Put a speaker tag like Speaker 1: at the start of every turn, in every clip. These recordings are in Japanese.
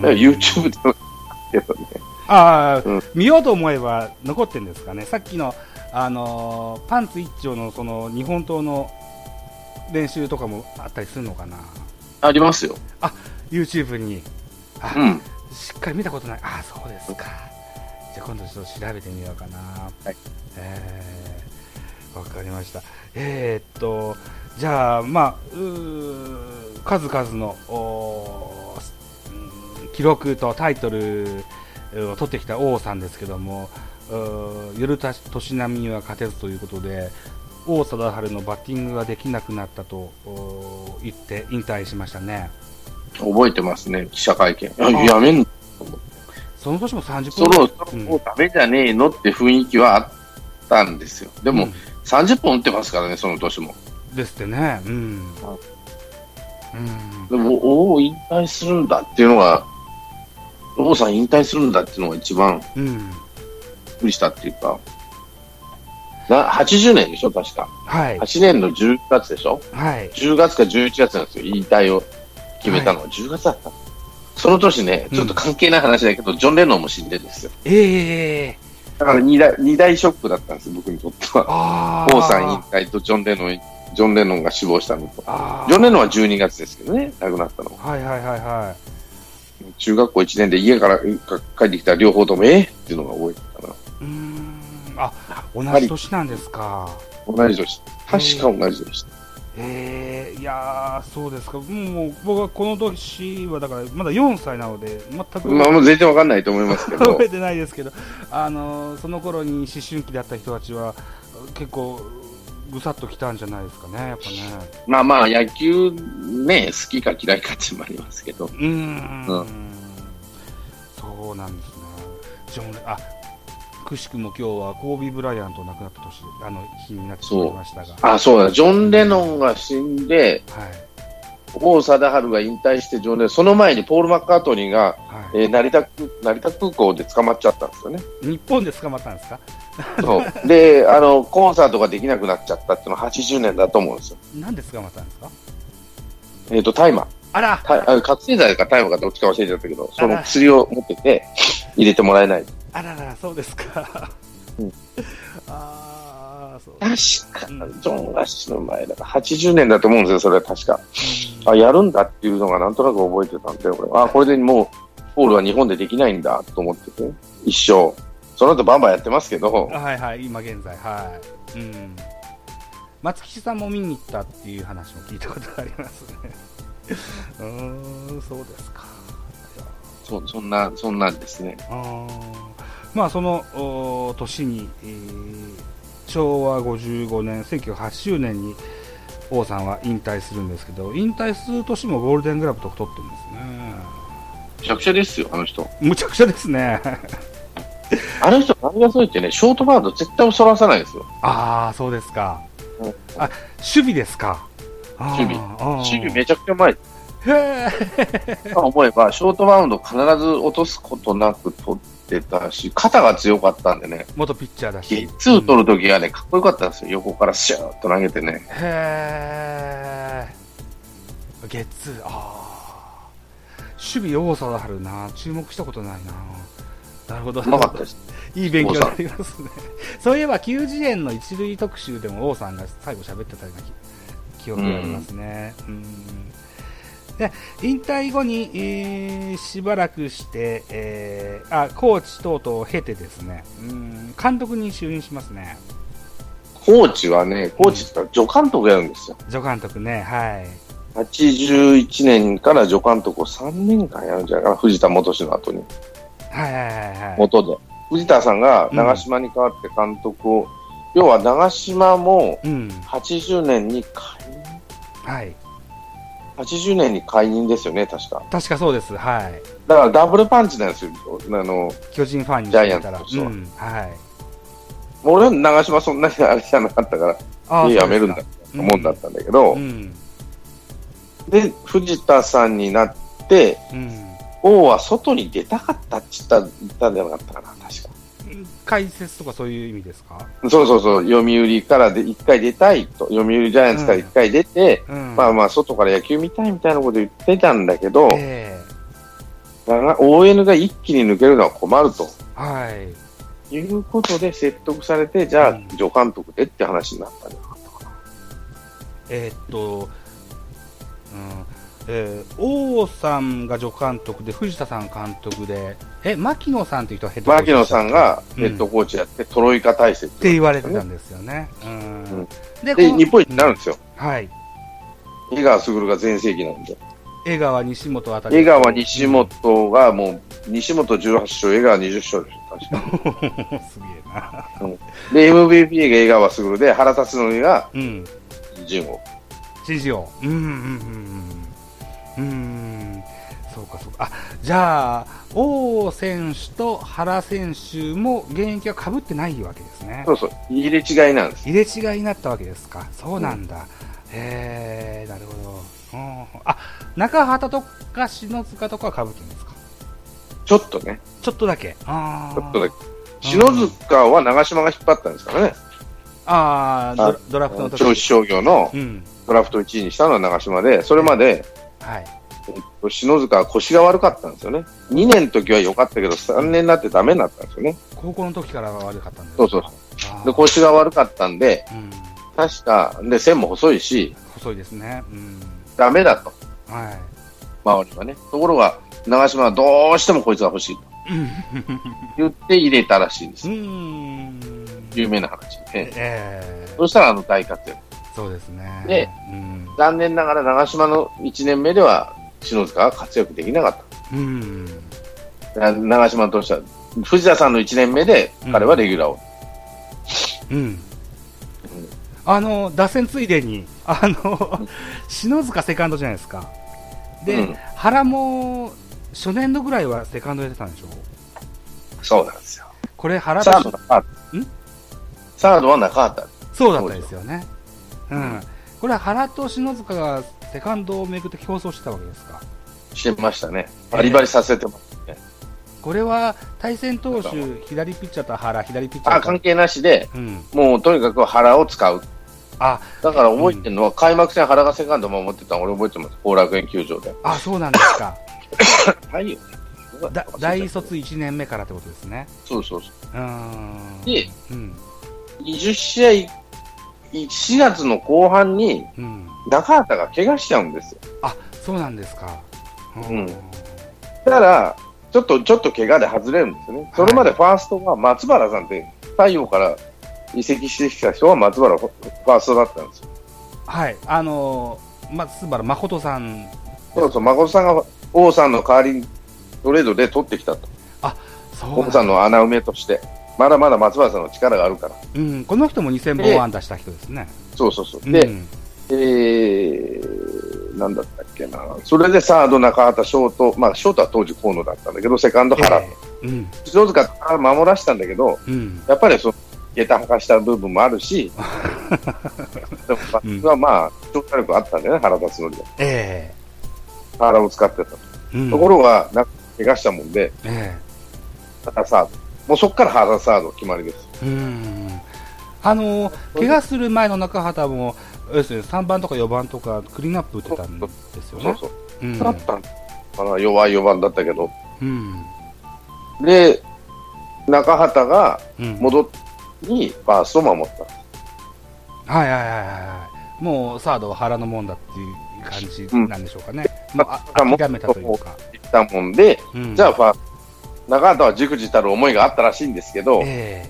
Speaker 1: ら YouTube でもけどね。
Speaker 2: ああ、
Speaker 1: うん
Speaker 2: 見ようと思えば残ってんですかね。さっきの、あのーパンツ一丁のその日本刀の練習とかもあったりするのかな。
Speaker 1: ありますよ。
Speaker 2: YouTube に。あ、
Speaker 1: うん。
Speaker 2: しっかり見たことない。あ、そうですか。じゃあ今度ちょっと調べてみようかな。
Speaker 1: はい。
Speaker 2: えーわかりました。えーっと、じゃあ、まあ、うー数々の、おーうん記録とタイトルを取ってきた王さんですけども、うー夜た年並みには勝てずということで、王貞治のバッティングができなくなったとおー言って引退しましたね。
Speaker 1: 覚えてますね、記者会見。あ
Speaker 2: あ
Speaker 1: やめんの
Speaker 2: その年も30
Speaker 1: そ
Speaker 2: 分
Speaker 1: ろそろもうダメじゃねえのって雰囲気はあったんですよ。で
Speaker 2: で
Speaker 1: も、30本打ってますからね、その年も。
Speaker 2: ですってね、うん。
Speaker 1: は
Speaker 2: うん、
Speaker 1: でも、おお、引退するんだっていうのが、王さん引退するんだっていうのが一番びっ
Speaker 2: うん、
Speaker 1: くりしたっていうか、な80年でしょ、確か。
Speaker 2: はい、
Speaker 1: 8年の10月でしょ
Speaker 2: はい、
Speaker 1: 10月か11月なんですよ、引退を決めたのは、10月だった。その年ね、ちょっと関係ない話だけど、ジョン・レノンも死んでるんですよ。
Speaker 2: ええ
Speaker 1: だから二大二大ショックだったんです、僕にとっては。
Speaker 2: ああ、
Speaker 1: 王さん引退とジョン・レノン、ジョン・レノンが死亡したのと。
Speaker 2: あー
Speaker 1: ジョン・レノンは12月ですけどね、亡くなったのは。
Speaker 2: はいはいはいは
Speaker 1: 中学校1年で家からか帰ってきた両方とも、えっていうのが覚えてたな。
Speaker 2: い、うーん、あ同
Speaker 1: ぱり
Speaker 2: じ年なんですか、
Speaker 1: 同じ年。確か同じ年。
Speaker 2: ええいやー、そうですか、もう僕はこの年はだから、まだ4歳なので、全く
Speaker 1: まあ、もう全然わかんないと思いますけ ど
Speaker 2: 覚。えてないですけど、あのその頃に思春期だった人たちは、結構、ぐさっときたんじゃないですかね、やっぱね。
Speaker 1: まあまあ、野球ね、好きか嫌いかっていうのもありますけど。
Speaker 2: うーん
Speaker 1: う
Speaker 2: そうなんですね。ジョンレあくしくも今日はコービー・ブライアント亡くなった年あの日になってしまいましたが、は
Speaker 1: あ、そうだ、ジョン・レノンが死んで、
Speaker 2: い
Speaker 1: 王貞治が引退して、ジョン・レノン、その前にポール・マッカートニーが、
Speaker 2: は
Speaker 1: えー成田空成田空港で捕まっちゃったんですよね。
Speaker 2: い、日本で捕まったんですか
Speaker 1: そうであの、コンサートができなくなっちゃったっていうのは80年だと思うんですよ。
Speaker 2: なんで捕まったんですか
Speaker 1: えっ、と、大麻。
Speaker 2: あら
Speaker 1: たあ覚醒剤か大麻かどっちか忘れちゃったけど、その
Speaker 2: あら
Speaker 1: 薬を持ってて、入れてもらえない。
Speaker 2: あらららそうですか、
Speaker 1: うん
Speaker 2: ああそう
Speaker 1: 確か、ジョンが死ぬ前だから、80年だと思うんですよ、それは確か。
Speaker 2: うん
Speaker 1: あ、やるんだっていうのがなんとなく覚えてたんで、俺。あ、これでもう、ポールは日本でできないんだと思ってて、一生。その後バンバンやってますけど、
Speaker 2: はいはい今現在はい、うん、松吉さんも見に行ったっていう話も聞いたことがありますね うーんそうですか
Speaker 1: そそんな、そんなんですね。
Speaker 2: あーまあそのおー年に、えー昭和55年1980年に王さんは引退するんですけど引退する年もゴールデングラブとか取ってるんですね
Speaker 1: めちゃくちゃですよ、あの人。
Speaker 2: むちゃくちゃですね
Speaker 1: あの人、何がそうってね、ショートバウンド絶対恐らさないですよ。
Speaker 2: ああそうですか
Speaker 1: うん
Speaker 2: あ守備ですかあー
Speaker 1: 守備
Speaker 2: あー
Speaker 1: 守備めちゃくちゃうまい。
Speaker 2: へー
Speaker 1: 今思えば、ショートバウンド必ず落とすことなく取ってたし、肩が強かったんでね、
Speaker 2: 元ピッチャーだ
Speaker 1: ゲ
Speaker 2: し
Speaker 1: ッツー取るときはね、かっこよかったんですよ。横からシューッと投げてね。
Speaker 2: へえ。ゲッツー、ああ。守備多さだるな。注目したことないな。なるほど。
Speaker 1: うまかったです。
Speaker 2: いい勉強になりますね。 そういえば、球児園の一塁特集でも王さんが最後喋ってたような記記憶がありますね。うんで引退後に、えーしばらくして、えーあコーチ等々を経てですね、うん監督に就任しますね、
Speaker 1: コーチはね、コーチって言ったら助監督やるんですよ。
Speaker 2: 助監督ね、はい。
Speaker 1: 81年から助監督を3年間やるんじゃないかな、藤田元氏の後に、
Speaker 2: はいはいはいはい。
Speaker 1: 元で。藤田さんが長島に代わって監督を、要は長島も
Speaker 2: うん、
Speaker 1: 80年に解任、
Speaker 2: はい。
Speaker 1: 80年に解任ですよね、確か。
Speaker 2: 確かそうです。はい。
Speaker 1: だからダブルパンチなんですよ。あの、
Speaker 2: 巨人ファンにしてみたら。
Speaker 1: ジャイア
Speaker 2: う
Speaker 1: ン
Speaker 2: ん、はい。
Speaker 1: 俺は長島そんなにあれじゃなかったか
Speaker 2: あ
Speaker 1: ら、
Speaker 2: ー
Speaker 1: いややめるんだ
Speaker 2: そう
Speaker 1: と
Speaker 2: ですか
Speaker 1: 思うんだったんだけど、
Speaker 2: うん。
Speaker 1: で、藤田さんになって、
Speaker 2: うん。
Speaker 1: 王は外に出たかったって言った言ったんじゃなかったかな、確か。
Speaker 2: 解説とかそういう意味ですか
Speaker 1: そうそうそう、読売からで一回出たいと、読売ジャイアンツから一回出て、
Speaker 2: うん。
Speaker 1: まあまあ、外から野球見たいみたいなこと言ってたんだけど、
Speaker 2: ええ
Speaker 1: な ON が一気に抜けるのは困ると
Speaker 2: はい。
Speaker 1: いうことで説得されて、じゃ
Speaker 2: う
Speaker 1: あ
Speaker 2: ん、
Speaker 1: 助監督でって話になったね。
Speaker 2: えーっと、うんえー王さんが助監督で、藤田さん監督で、え、牧野さんという人がヘッドコーチ
Speaker 1: 牧野さんが
Speaker 2: うん
Speaker 1: ヘッドコーチやって、トロイカ体制っ
Speaker 2: って
Speaker 1: て
Speaker 2: 言われてたんですよね。うん
Speaker 1: うん
Speaker 2: で
Speaker 1: で、
Speaker 2: この
Speaker 1: 日本一になるんですよ。
Speaker 2: はい。
Speaker 1: 江川卓が全盛期なんで。
Speaker 2: 江川、西本あたり。
Speaker 1: 江川、西。本がもう、西本18勝、江川20勝でした確か
Speaker 2: すげえな。
Speaker 1: で、MVP が江川卓で、原辰徳が
Speaker 2: うん。
Speaker 1: 陣を。
Speaker 2: 指示を。うんうんうんうん。うん。そうかそうか。あ、じゃあ、王選手と原選手も現役は被ってないわけですね。
Speaker 1: そうそう、入れ違いなんです。
Speaker 2: 入れ違いになったわけですか、そうなんだ、へえ、なるほど、うんあ中畑とか篠塚とかはかぶってるんですか、
Speaker 1: ちょっとね、
Speaker 2: ちょっとだけ、あ
Speaker 1: ち
Speaker 2: ー
Speaker 1: ょっとだけ。篠塚は長島が引っ張ったんですからね。
Speaker 2: あードラドラフトの時
Speaker 1: 銚子商業の
Speaker 2: うん、
Speaker 1: ドラフト1位にしたのは長島で、それまで、
Speaker 2: はい、
Speaker 1: えっと篠塚は腰が悪かったんですよね。2年の時は良かったけど、3年になってダメになったんですよね。
Speaker 2: 高校の時からは悪かったんです
Speaker 1: そうそう
Speaker 2: あー
Speaker 1: で、腰が悪かったんで、
Speaker 2: うん、
Speaker 1: 確か、で、線も細いし、
Speaker 2: 細いですね、うん、
Speaker 1: ダメだと、
Speaker 2: は
Speaker 1: 周りはね。ところが、長島はどうしてもこいつが欲しいと
Speaker 2: い、うん
Speaker 1: 言って入れたらしいんで
Speaker 2: う
Speaker 1: す。
Speaker 2: ん、
Speaker 1: 有名な話
Speaker 2: え
Speaker 1: で。
Speaker 2: え
Speaker 1: そしたらあの大活躍。
Speaker 2: そうですね、
Speaker 1: で
Speaker 2: うん、
Speaker 1: 残念ながら長島の1年目では、篠塚は活躍できなかっ
Speaker 2: うん、
Speaker 1: た。な長島としては、藤田さんの1年目で彼はレギュラーを。
Speaker 2: うん、あの打線ついでに、あ の篠塚セカンドじゃないですか、で、
Speaker 1: うん
Speaker 2: 原も初年度ぐらいはセカンドやってたんでしょ、
Speaker 1: そうなんですよ。
Speaker 2: これ、原
Speaker 1: サ
Speaker 2: と
Speaker 1: ードが中畑。サードは中畑。
Speaker 2: そうだったですよね、う
Speaker 1: うん
Speaker 2: ん、これは原と篠塚がセカンドをめぐって競争してたわけですか、
Speaker 1: してましたね。バリバリさせてます。
Speaker 2: これは対戦投手、左ピッチャーと原、左ピッチャ
Speaker 1: あ、
Speaker 2: ーと
Speaker 1: 関係なしで、
Speaker 2: うん、
Speaker 1: もうとにかく腹を使う。
Speaker 2: あ
Speaker 1: だから覚えてるのは、開幕戦原がセカンド守ってたの俺覚えてます。後楽園球場で。
Speaker 2: あ、そうなんですか、
Speaker 1: はいよ。
Speaker 2: だ大卒1年目からってことですね。
Speaker 1: そうそうそう。
Speaker 2: うん
Speaker 1: で
Speaker 2: うん
Speaker 1: 20試合、4月の後半に
Speaker 2: うん
Speaker 1: 中畑が怪我しちゃうんですよ。
Speaker 2: あそうなんですか。
Speaker 1: うんだから、ちょっと、ちょっと怪我で外れるんですよね。それまでファーストは松原さんって、太陽から移籍してきた人は松原ファーストだったんですよ。
Speaker 2: はい、あのー、松原誠さん、
Speaker 1: そうそう、誠さんが王さんの代わりにトレードで取ってきたと。
Speaker 2: そう
Speaker 1: 王さんの穴埋めとして。まだまだ松原さんの力があるから。
Speaker 2: うん、この人も2000本安打した人ですね。
Speaker 1: そうそうそう。で、
Speaker 2: うん
Speaker 1: えー、なんだったっけな。それでサード中畑、ショート、まあショートは当時河野だったんだけど、セカンド原。
Speaker 2: ええうん、
Speaker 1: 篠塚から守らせたんだけど、
Speaker 2: うん、
Speaker 1: やっぱりその、下駄履かした部分もあ るし、でも、バックはまあ、超能力あったんだよね、原辰徳が。
Speaker 2: え
Speaker 1: 原を使ってたと。
Speaker 2: えうん
Speaker 1: ところが、なんか、怪我したもんで、
Speaker 2: え
Speaker 1: 原サード。もうそっから原サード決まりです。
Speaker 2: えうん、あのー、怪我する前の中畑も、要するに3番とか4番とか、クリーンアップ打ってたんですよ
Speaker 1: そう
Speaker 2: ね。
Speaker 1: そう。
Speaker 2: うん
Speaker 1: だったんかな、弱い4番だったけど。
Speaker 2: うん
Speaker 1: で、中畑が
Speaker 2: うん
Speaker 1: 戻り、ファーストを守った。
Speaker 2: はいはいはいはいはい。もうサードは腹のもんだっていう感じなんでしょうかね。もうあ諦めたというか。
Speaker 1: できたもんで、
Speaker 2: うん
Speaker 1: じゃあファースト。中畑はじくじたる思いがあったらしいんですけど、
Speaker 2: え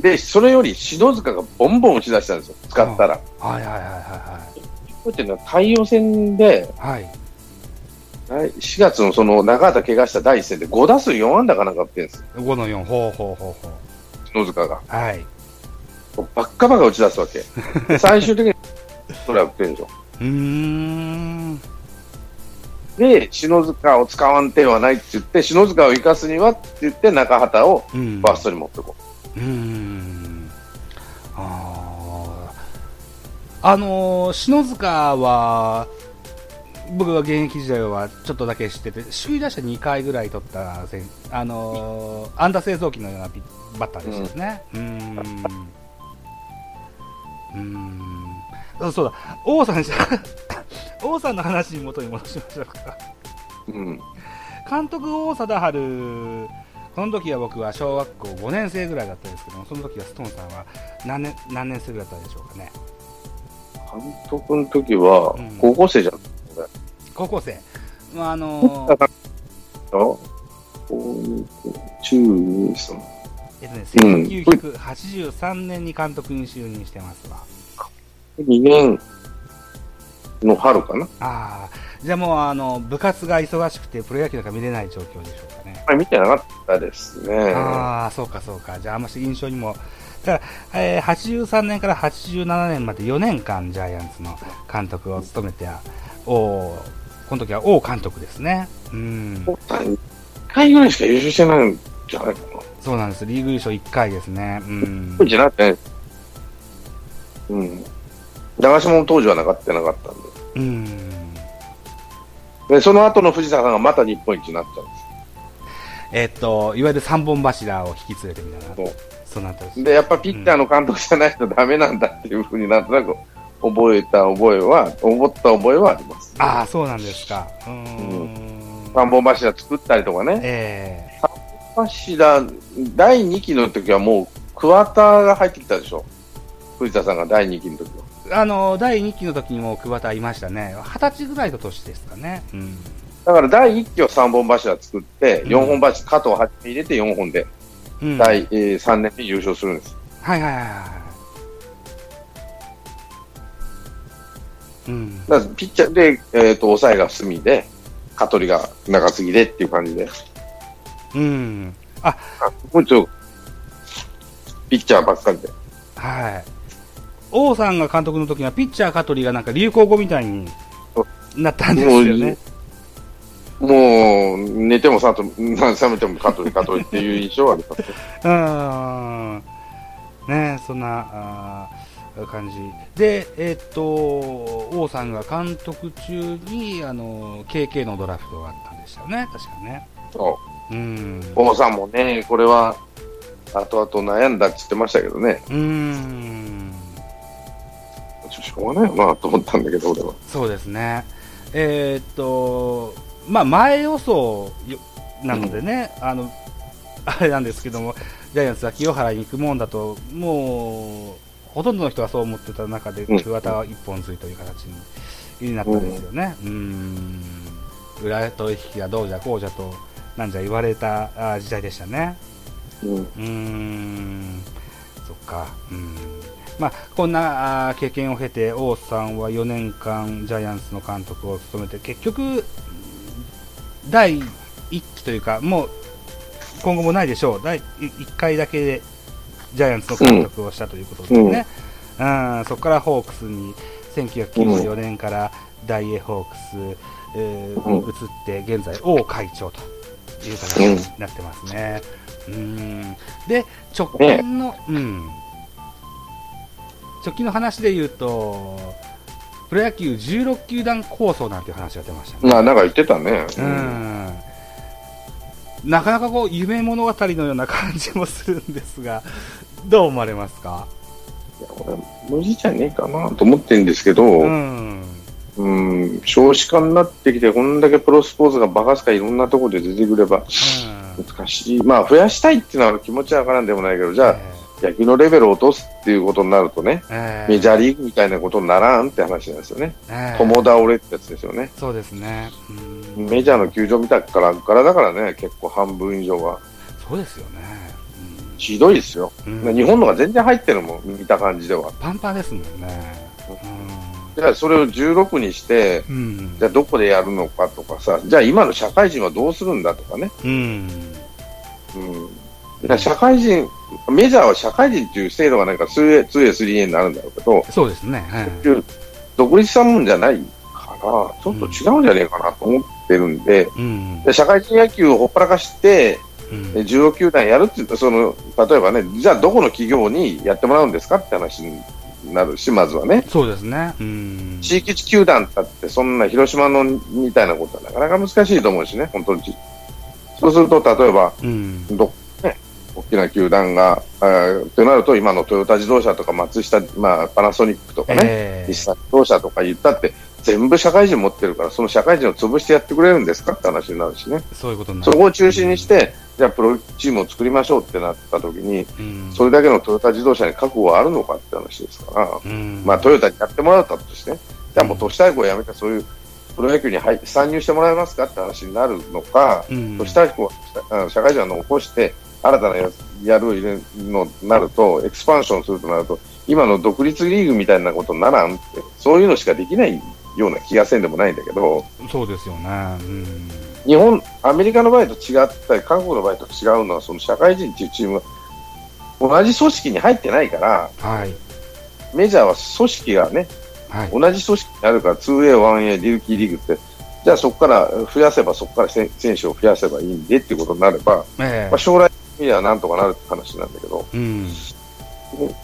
Speaker 2: え
Speaker 1: で、それより篠塚がボンボン打ち出したんですよ、使ったら。
Speaker 2: はいはいはいは
Speaker 1: こうっていうのは太陽戦で、
Speaker 2: いはい。はい。
Speaker 1: はい4月のその中畑怪我した第一戦で5打数4安打かなんか打ってるんですよ、
Speaker 2: 5の4、ほうほうほうほう。
Speaker 1: 篠塚が。
Speaker 2: はい。
Speaker 1: ばっかばか打ち出すわけ。で最終的に それは打ってるんですよ。
Speaker 2: うーん。
Speaker 1: で、篠塚を使わん手はないって言って、篠塚を生かすにはって言って、中畑を
Speaker 2: うん。
Speaker 1: ファーストに持ってこ
Speaker 2: うーん。ああ。あのー、篠塚は、僕は現役時代はちょっとだけ知ってて、首位打者2回ぐらい取った選手、あのー、安打製造機のようなピッバッターでしたよね。うーん。うーん。そうそうだ、 王さんじゃ、王さんの話に元に戻しましょうか。
Speaker 1: う。うん。
Speaker 2: 監督を貞治この時は僕は小学校5年生ぐらいだったんですけどもその時はストーンさんは何年何年生ぐらいだったでしょうかね
Speaker 1: 監督の時は
Speaker 2: うん、
Speaker 1: 高校生じゃない
Speaker 2: 高校生、まああのー
Speaker 1: の高二中二さん
Speaker 2: えっとね、
Speaker 1: うん
Speaker 2: 1983年に監督に就任してますわ。
Speaker 1: 2年の春かな。
Speaker 2: ああ、じゃあもうあの部活が忙しくてプロ野球なんか見れない状況でしょうかね。
Speaker 1: あれ見てなかったですね。
Speaker 2: ああ、そうかそうか。じゃああんまし印象にも。ただえー83年から87年まで4年間ジャイアンツの監督を務めて、おこの時は王監督ですね。うん。
Speaker 1: 1回ぐらいしか優勝してないんじゃないかな。
Speaker 2: そうなんです。リーグ優勝1回ですね。うん。
Speaker 1: 当時なってないうん。長島も当時はなかったなかったん
Speaker 2: うん。
Speaker 1: で。で、その後の藤沢さんがまた日本一になっちゃうんです
Speaker 2: えっと、いわゆる三本柱を引き連れてみたいな
Speaker 1: け。ど
Speaker 2: そうなったです
Speaker 1: で、やっぱピッチャーの監督じゃないとダメなんだっていうふうになんとなく覚えた覚えは、思った覚えはあります。
Speaker 2: ああ、そうなんですか。うーん。
Speaker 1: 三本柱作ったりとかね。
Speaker 2: え
Speaker 1: 柱、第2期の時はもう桑田が入ってきたでしょ。藤田さんが第2期の時は。
Speaker 2: えあの、第2期の時にも桑田いましたね。二十歳ぐらいの年ですかね。うん。
Speaker 1: だから第1期を3本柱作って、
Speaker 2: うん
Speaker 1: 4本柱、加藤八入れて4本で、
Speaker 2: うん、
Speaker 1: 第、え3年に優勝するんです。
Speaker 2: はいはいはいはい。うん。
Speaker 1: だからピッチャーで、えっ、と、抑えが隅で、香取が中継ぎでっていう感じで、
Speaker 2: うん。
Speaker 1: もうちょ、ピッチャーばっかりで。
Speaker 2: はい。王さんが監督の時は、ピッチャー香取がなんか流行語みたいになったんですよね。
Speaker 1: もう、寝てもさと、 な冷めても香取、香取っていう印象はあります。
Speaker 2: うーんねえそんなあー感じで、えっと王さんが監督中にあの KK のドラフトがあったんでしたよね、確かね。
Speaker 1: そう
Speaker 2: うーん
Speaker 1: 王さんもね、これは、後々悩んだって言ってましたけどね、
Speaker 2: うーん
Speaker 1: ちょしょうがないよなと思ったんだけど、俺は。
Speaker 2: そうですね、えっとまあ、前予想よなのでね、あの あれなんですけども、ジャイアンツは清原に行くもんだと、もうほとんどの人がそう思ってた中で、
Speaker 1: うん
Speaker 2: 桑田は一本釣りという形にになったんですよね。うーん裏取引がどうじゃこうじゃとなんじゃ言われたあ時代でしたね。
Speaker 1: うん、
Speaker 2: うーん、そっか、うーん、まあ、こんなあー経験を経て、王さんは4年間、ジャイアンツの監督を務めて、結局、第1期というか、もう今後もないでしょう、第1回だけでジャイアンツの監督をしたということですね、うんそこからホークスに1994年から大英ホークス、えー
Speaker 1: うん
Speaker 2: 移って、現在、王会長という形になってますね。うんで、直近の、うん、直近の話で言うと、プロ野球16球団構想なんていう話が出ましたね。
Speaker 1: まあ、なんか言ってたね。
Speaker 2: うんなかなかこう夢物語のような感じもするんですが、どう思われますか
Speaker 1: 俺無理じゃねえかなと思ってるんですけど、
Speaker 2: う
Speaker 1: うん、
Speaker 2: ん。
Speaker 1: 少子化になってきて、こんだけプロスポーツがバカすかいろんなところで出てくれば難しい。まあ、増やしたいっていうのは気持ちはわからんでもないけど、じゃあ、野球のレベルを落とすっていうことになるとね、メジャー
Speaker 2: リ
Speaker 1: リーグみたいなことにならんって話なんですよね。
Speaker 2: ー
Speaker 1: 友倒れってやつですよね。
Speaker 2: そうですね。うん
Speaker 1: メジャーの球場見たからからだからね、結構半分以上は。
Speaker 2: そうですよね。
Speaker 1: ひどいですよ。
Speaker 2: うん
Speaker 1: 日本のが全然入ってるもん、見た感じでは。
Speaker 2: パンパンですもんね。
Speaker 1: じゃあそれを16にして、
Speaker 2: うん。うん
Speaker 1: じゃあどこでやるのかとかさ、じゃあ今の社会人はどうするんだとかね。
Speaker 2: うん。
Speaker 1: うん。だから社会人、メジャーは社会人っていう制度がないから 2A、2A、3A になるんだろうけど、
Speaker 2: そうですね。はい
Speaker 1: 独立したもんじゃないから、ちょっと違うんじゃねえかなと思ってるんで、
Speaker 2: うん。
Speaker 1: で社会人野球をほっぱらかして、
Speaker 2: うん
Speaker 1: で16球団やるって言ったらその例えばね、じゃあどこの企業にやってもらうんですかって話になるし、まずはね、
Speaker 2: そうですね。うん。
Speaker 1: 地域球団だって、そんな広島のみたいなことはなかなか難しいと思うしね、本当に。そうすると、例えば、
Speaker 2: うん。
Speaker 1: どね、大きな球団が、あーとなると、今のトヨタ自動車とか松下、まあ、パナソニックとかね、
Speaker 2: ええ
Speaker 1: 日産自動車とか言ったって、全部社会人持ってるから、その社会人を潰してやってくれるんですかって話になるしね。
Speaker 2: そういうことにな
Speaker 1: そ
Speaker 2: る
Speaker 1: こを中心にし、て、じゃあプロチームを作りましょうってなった時に、
Speaker 2: うん
Speaker 1: それだけのトヨタ自動車に覚悟はあるのかって話ですから、
Speaker 2: うん
Speaker 1: まあトヨタにやってもらったとして、じゃあもう都市対抗をやめて、そういうプロ野球に入参入してもらえますかって話になるのか、
Speaker 2: うん
Speaker 1: 都市対抗は社会人を残して、新たなややるを入れるのなると、エクスパンションするとなると、今の独立リーグみたいなことにならんって、そういうのしかできないような気がせんでもないんだけど、
Speaker 2: そうですよね。うん
Speaker 1: 日本、アメリカの場合と違ったり、韓国の場合と違うのは、その社会人っていうチームが同じ組織に入ってないから、
Speaker 2: はい。
Speaker 1: メジャーは組織がね、
Speaker 2: はい。
Speaker 1: 同じ組織にあるから、2A、1A、リルキーリーグって、じゃあそこから増やせば、そこからせん選手を増やせばいいんでっていうことになれば、
Speaker 2: ええ
Speaker 1: まあ、将来的にはなんとかなるって話なんだけど、
Speaker 2: うん。
Speaker 1: ね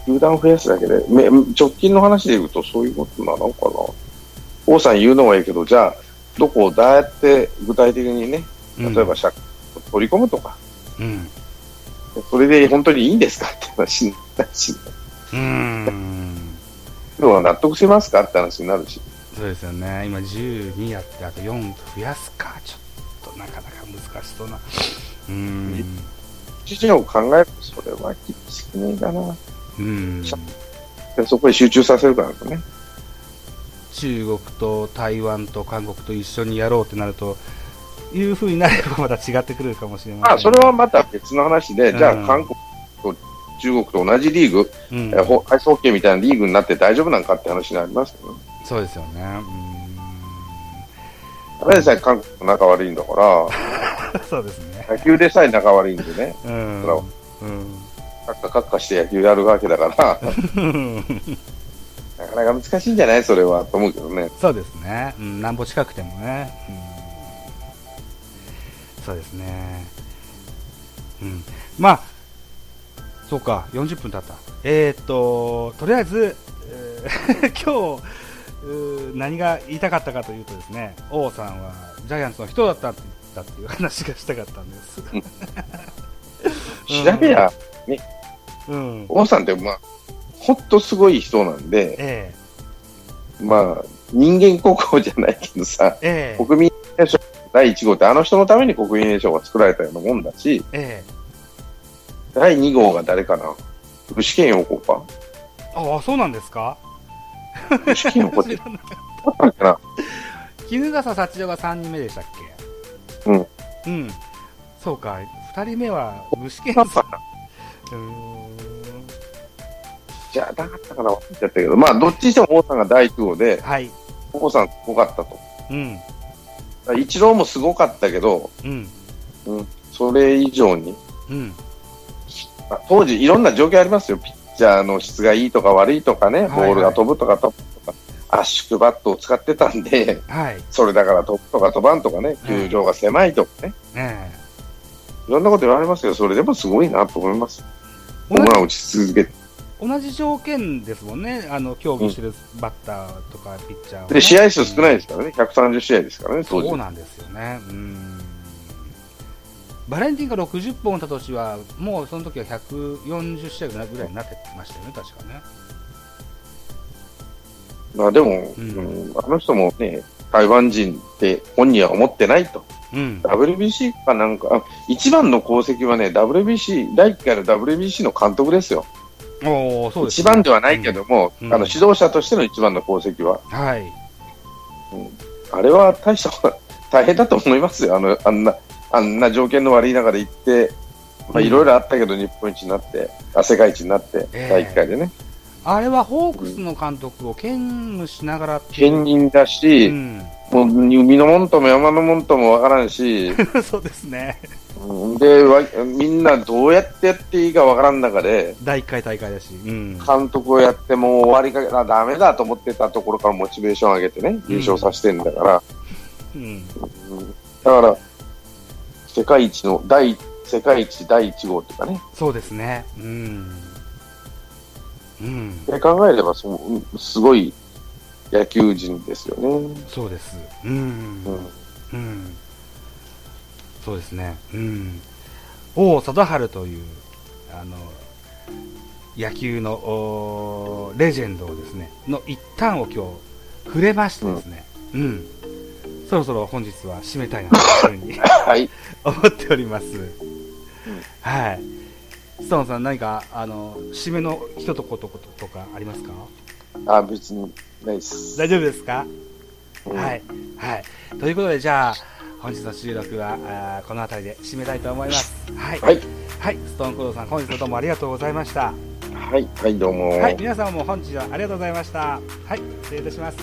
Speaker 1: 球団を増やすだけで、め直近の話でいうと、そういうことなのかな、王さん言うのはいいけど、じゃあ、どこをどうやって具体的にね、
Speaker 2: うん
Speaker 1: 例えば社会を取り込むとか、
Speaker 2: うん。
Speaker 1: それで本当にいいんですかって話になるし、
Speaker 2: うん。
Speaker 1: 要は納得しますかって話になるし、
Speaker 2: そうですよね、今12やって、あと4増やすか、ちょっとなかなか難しそうな、うーん、
Speaker 1: 事情を考えると、それは厳しくねえかな。
Speaker 2: うーん、
Speaker 1: でそこに集中させるからね。
Speaker 2: 中国と台湾と韓国と一緒にやろうってなると、いうふうになればまた違ってくるかもしれません、
Speaker 1: まあ、それはまた別の話で、じゃ
Speaker 2: うん
Speaker 1: あ韓国と中国と同じリーグ、
Speaker 2: うん、
Speaker 1: えほアイスホッケーみたいなリーグになって大丈夫なんかって話になりますけどね。
Speaker 2: そうですよね、うー
Speaker 1: ただでさえ韓国と仲悪いんだか
Speaker 2: ん、そうですね、
Speaker 1: ら、野球でさえ仲悪いんでね、
Speaker 2: うん、
Speaker 1: そら
Speaker 2: うん、
Speaker 1: カッカカッカして野球やるわけ だから、なかなか難しいんじゃないそれは、と思うけどね。
Speaker 2: そうですね、うん、なんぼ近くてもね、うん、そうですね、うん、まあ、そうか、40分経った、えー、っと、とりあえず、えー 今日うー何が言いたかったかというと、ですね王さんはジャイアンツの人だったって言ったっていう話がしたかったんです。
Speaker 1: 調べや、
Speaker 2: うん、
Speaker 1: 王さんって、まあ、ほんとすごい人なんで、
Speaker 2: え
Speaker 1: まあ、人間国宝じゃないけどさ、
Speaker 2: えええ
Speaker 1: 国民栄誉賞第1号ってあの人のために国民栄誉賞が作られたようなもんだし、
Speaker 2: ええ
Speaker 1: 第2号が誰かな具志堅用高か
Speaker 2: ああ、そうなんですか
Speaker 1: 具志堅用高っ
Speaker 2: 知
Speaker 1: て
Speaker 2: らなかった
Speaker 1: あったんかな
Speaker 2: 衣笠幸男が3人目でしたっけ
Speaker 1: うん
Speaker 2: うんそうか2人目は具志
Speaker 1: あ
Speaker 2: 堅
Speaker 1: っ
Speaker 2: さ
Speaker 1: た
Speaker 2: ん
Speaker 1: かな
Speaker 2: うー ん
Speaker 1: じゃあ、なかったかな忘れちゃったけど、まあ、どっちにしても王さんが第1号で、
Speaker 2: はい
Speaker 1: 王さんすごかったと。
Speaker 2: うん
Speaker 1: だから一郎もすごかったけど、
Speaker 2: うん
Speaker 1: それ以上に、
Speaker 2: うん
Speaker 1: まあ当時いろんな状況ありますよ。ピッチャーの質がいいとか悪いとかね、
Speaker 2: い
Speaker 1: ボ
Speaker 2: はい
Speaker 1: ールが飛ぶとか飛ぶとか、圧縮バットを使ってたんで、
Speaker 2: はい
Speaker 1: それだから飛ぶとか飛ばんとかね、
Speaker 2: うん
Speaker 1: 球場が狭いとかね、
Speaker 2: え
Speaker 1: いろんなこと言われますけど、それでもすごいなと思いま
Speaker 2: え
Speaker 1: す。ホームラン打ち続けて。
Speaker 2: 同じ同じ条件ですもんねあの競技してるバッターとかピッチャーはね、
Speaker 1: で、試合数少ないですすからね、130試合ですからね、当時
Speaker 2: そう。なんですよねうーんバレンティンが60本打った年はもうその時は140試合ぐらいぐらいになってましたよね確かね
Speaker 1: まあでも、
Speaker 2: うん
Speaker 1: うんあの人もね、台湾人って本人は思ってないと。
Speaker 2: うん
Speaker 1: WBC かなんか、あ一番の功績はね、WBC、第1回の WBC の監督ですよ。
Speaker 2: おおそうです、
Speaker 1: 一番ではないけども、
Speaker 2: うん
Speaker 1: あの指導者としての一番の功績は、
Speaker 2: はい
Speaker 1: あれは大したこと、大変だと思いますよ。あの、あんな、あんな条件の悪い中で行って、まあ
Speaker 2: うん
Speaker 1: いろいろあったけど、日本一になって、あ世界一になって、
Speaker 2: ええ
Speaker 1: 第1回でね、
Speaker 2: あれはホークスの監督を兼務しながらっていう
Speaker 1: 兼任だし、
Speaker 2: うん、
Speaker 1: もう海のもんとも山のもんともわから んし、
Speaker 2: そうですね、
Speaker 1: うんでわみんなどうやってやっていいかわからん中で、
Speaker 2: 第1回大会だし、うん、
Speaker 1: 監督をやってもう終わりかけ、あダメだと思ってたところからモチベーション上げてね、優勝させてんだから、
Speaker 2: うん
Speaker 1: うんだから、世界一の、第、世界一第一号っていうかね、
Speaker 2: そうですね、うん、うん、
Speaker 1: で考えればそううんすごい野球人ですよね。
Speaker 2: そうです、うん、
Speaker 1: う
Speaker 2: うん ん、そうですね、うん、王貞治というあの野球のおーレジェンドをですねの一端を今日触れましてですね、うん。そろそろ本日は締めたいなというふうに
Speaker 1: はい。
Speaker 2: 思っております。はい。ストーンさん、何か、あの、締めの一言とことかありますか
Speaker 1: あ、別にないです。
Speaker 2: 大丈夫ですか
Speaker 1: うん
Speaker 2: はい。はい。ということで、じゃあ、本日の収録は、あーこの辺りで締めたいと思います。はい。
Speaker 1: はい。
Speaker 2: はい。ストーンクロードさん、本日はどうもありがとうございました。
Speaker 1: はい。はい、どうも。
Speaker 2: はい。皆さんも本日はありがとうございました。はい。失礼いたします。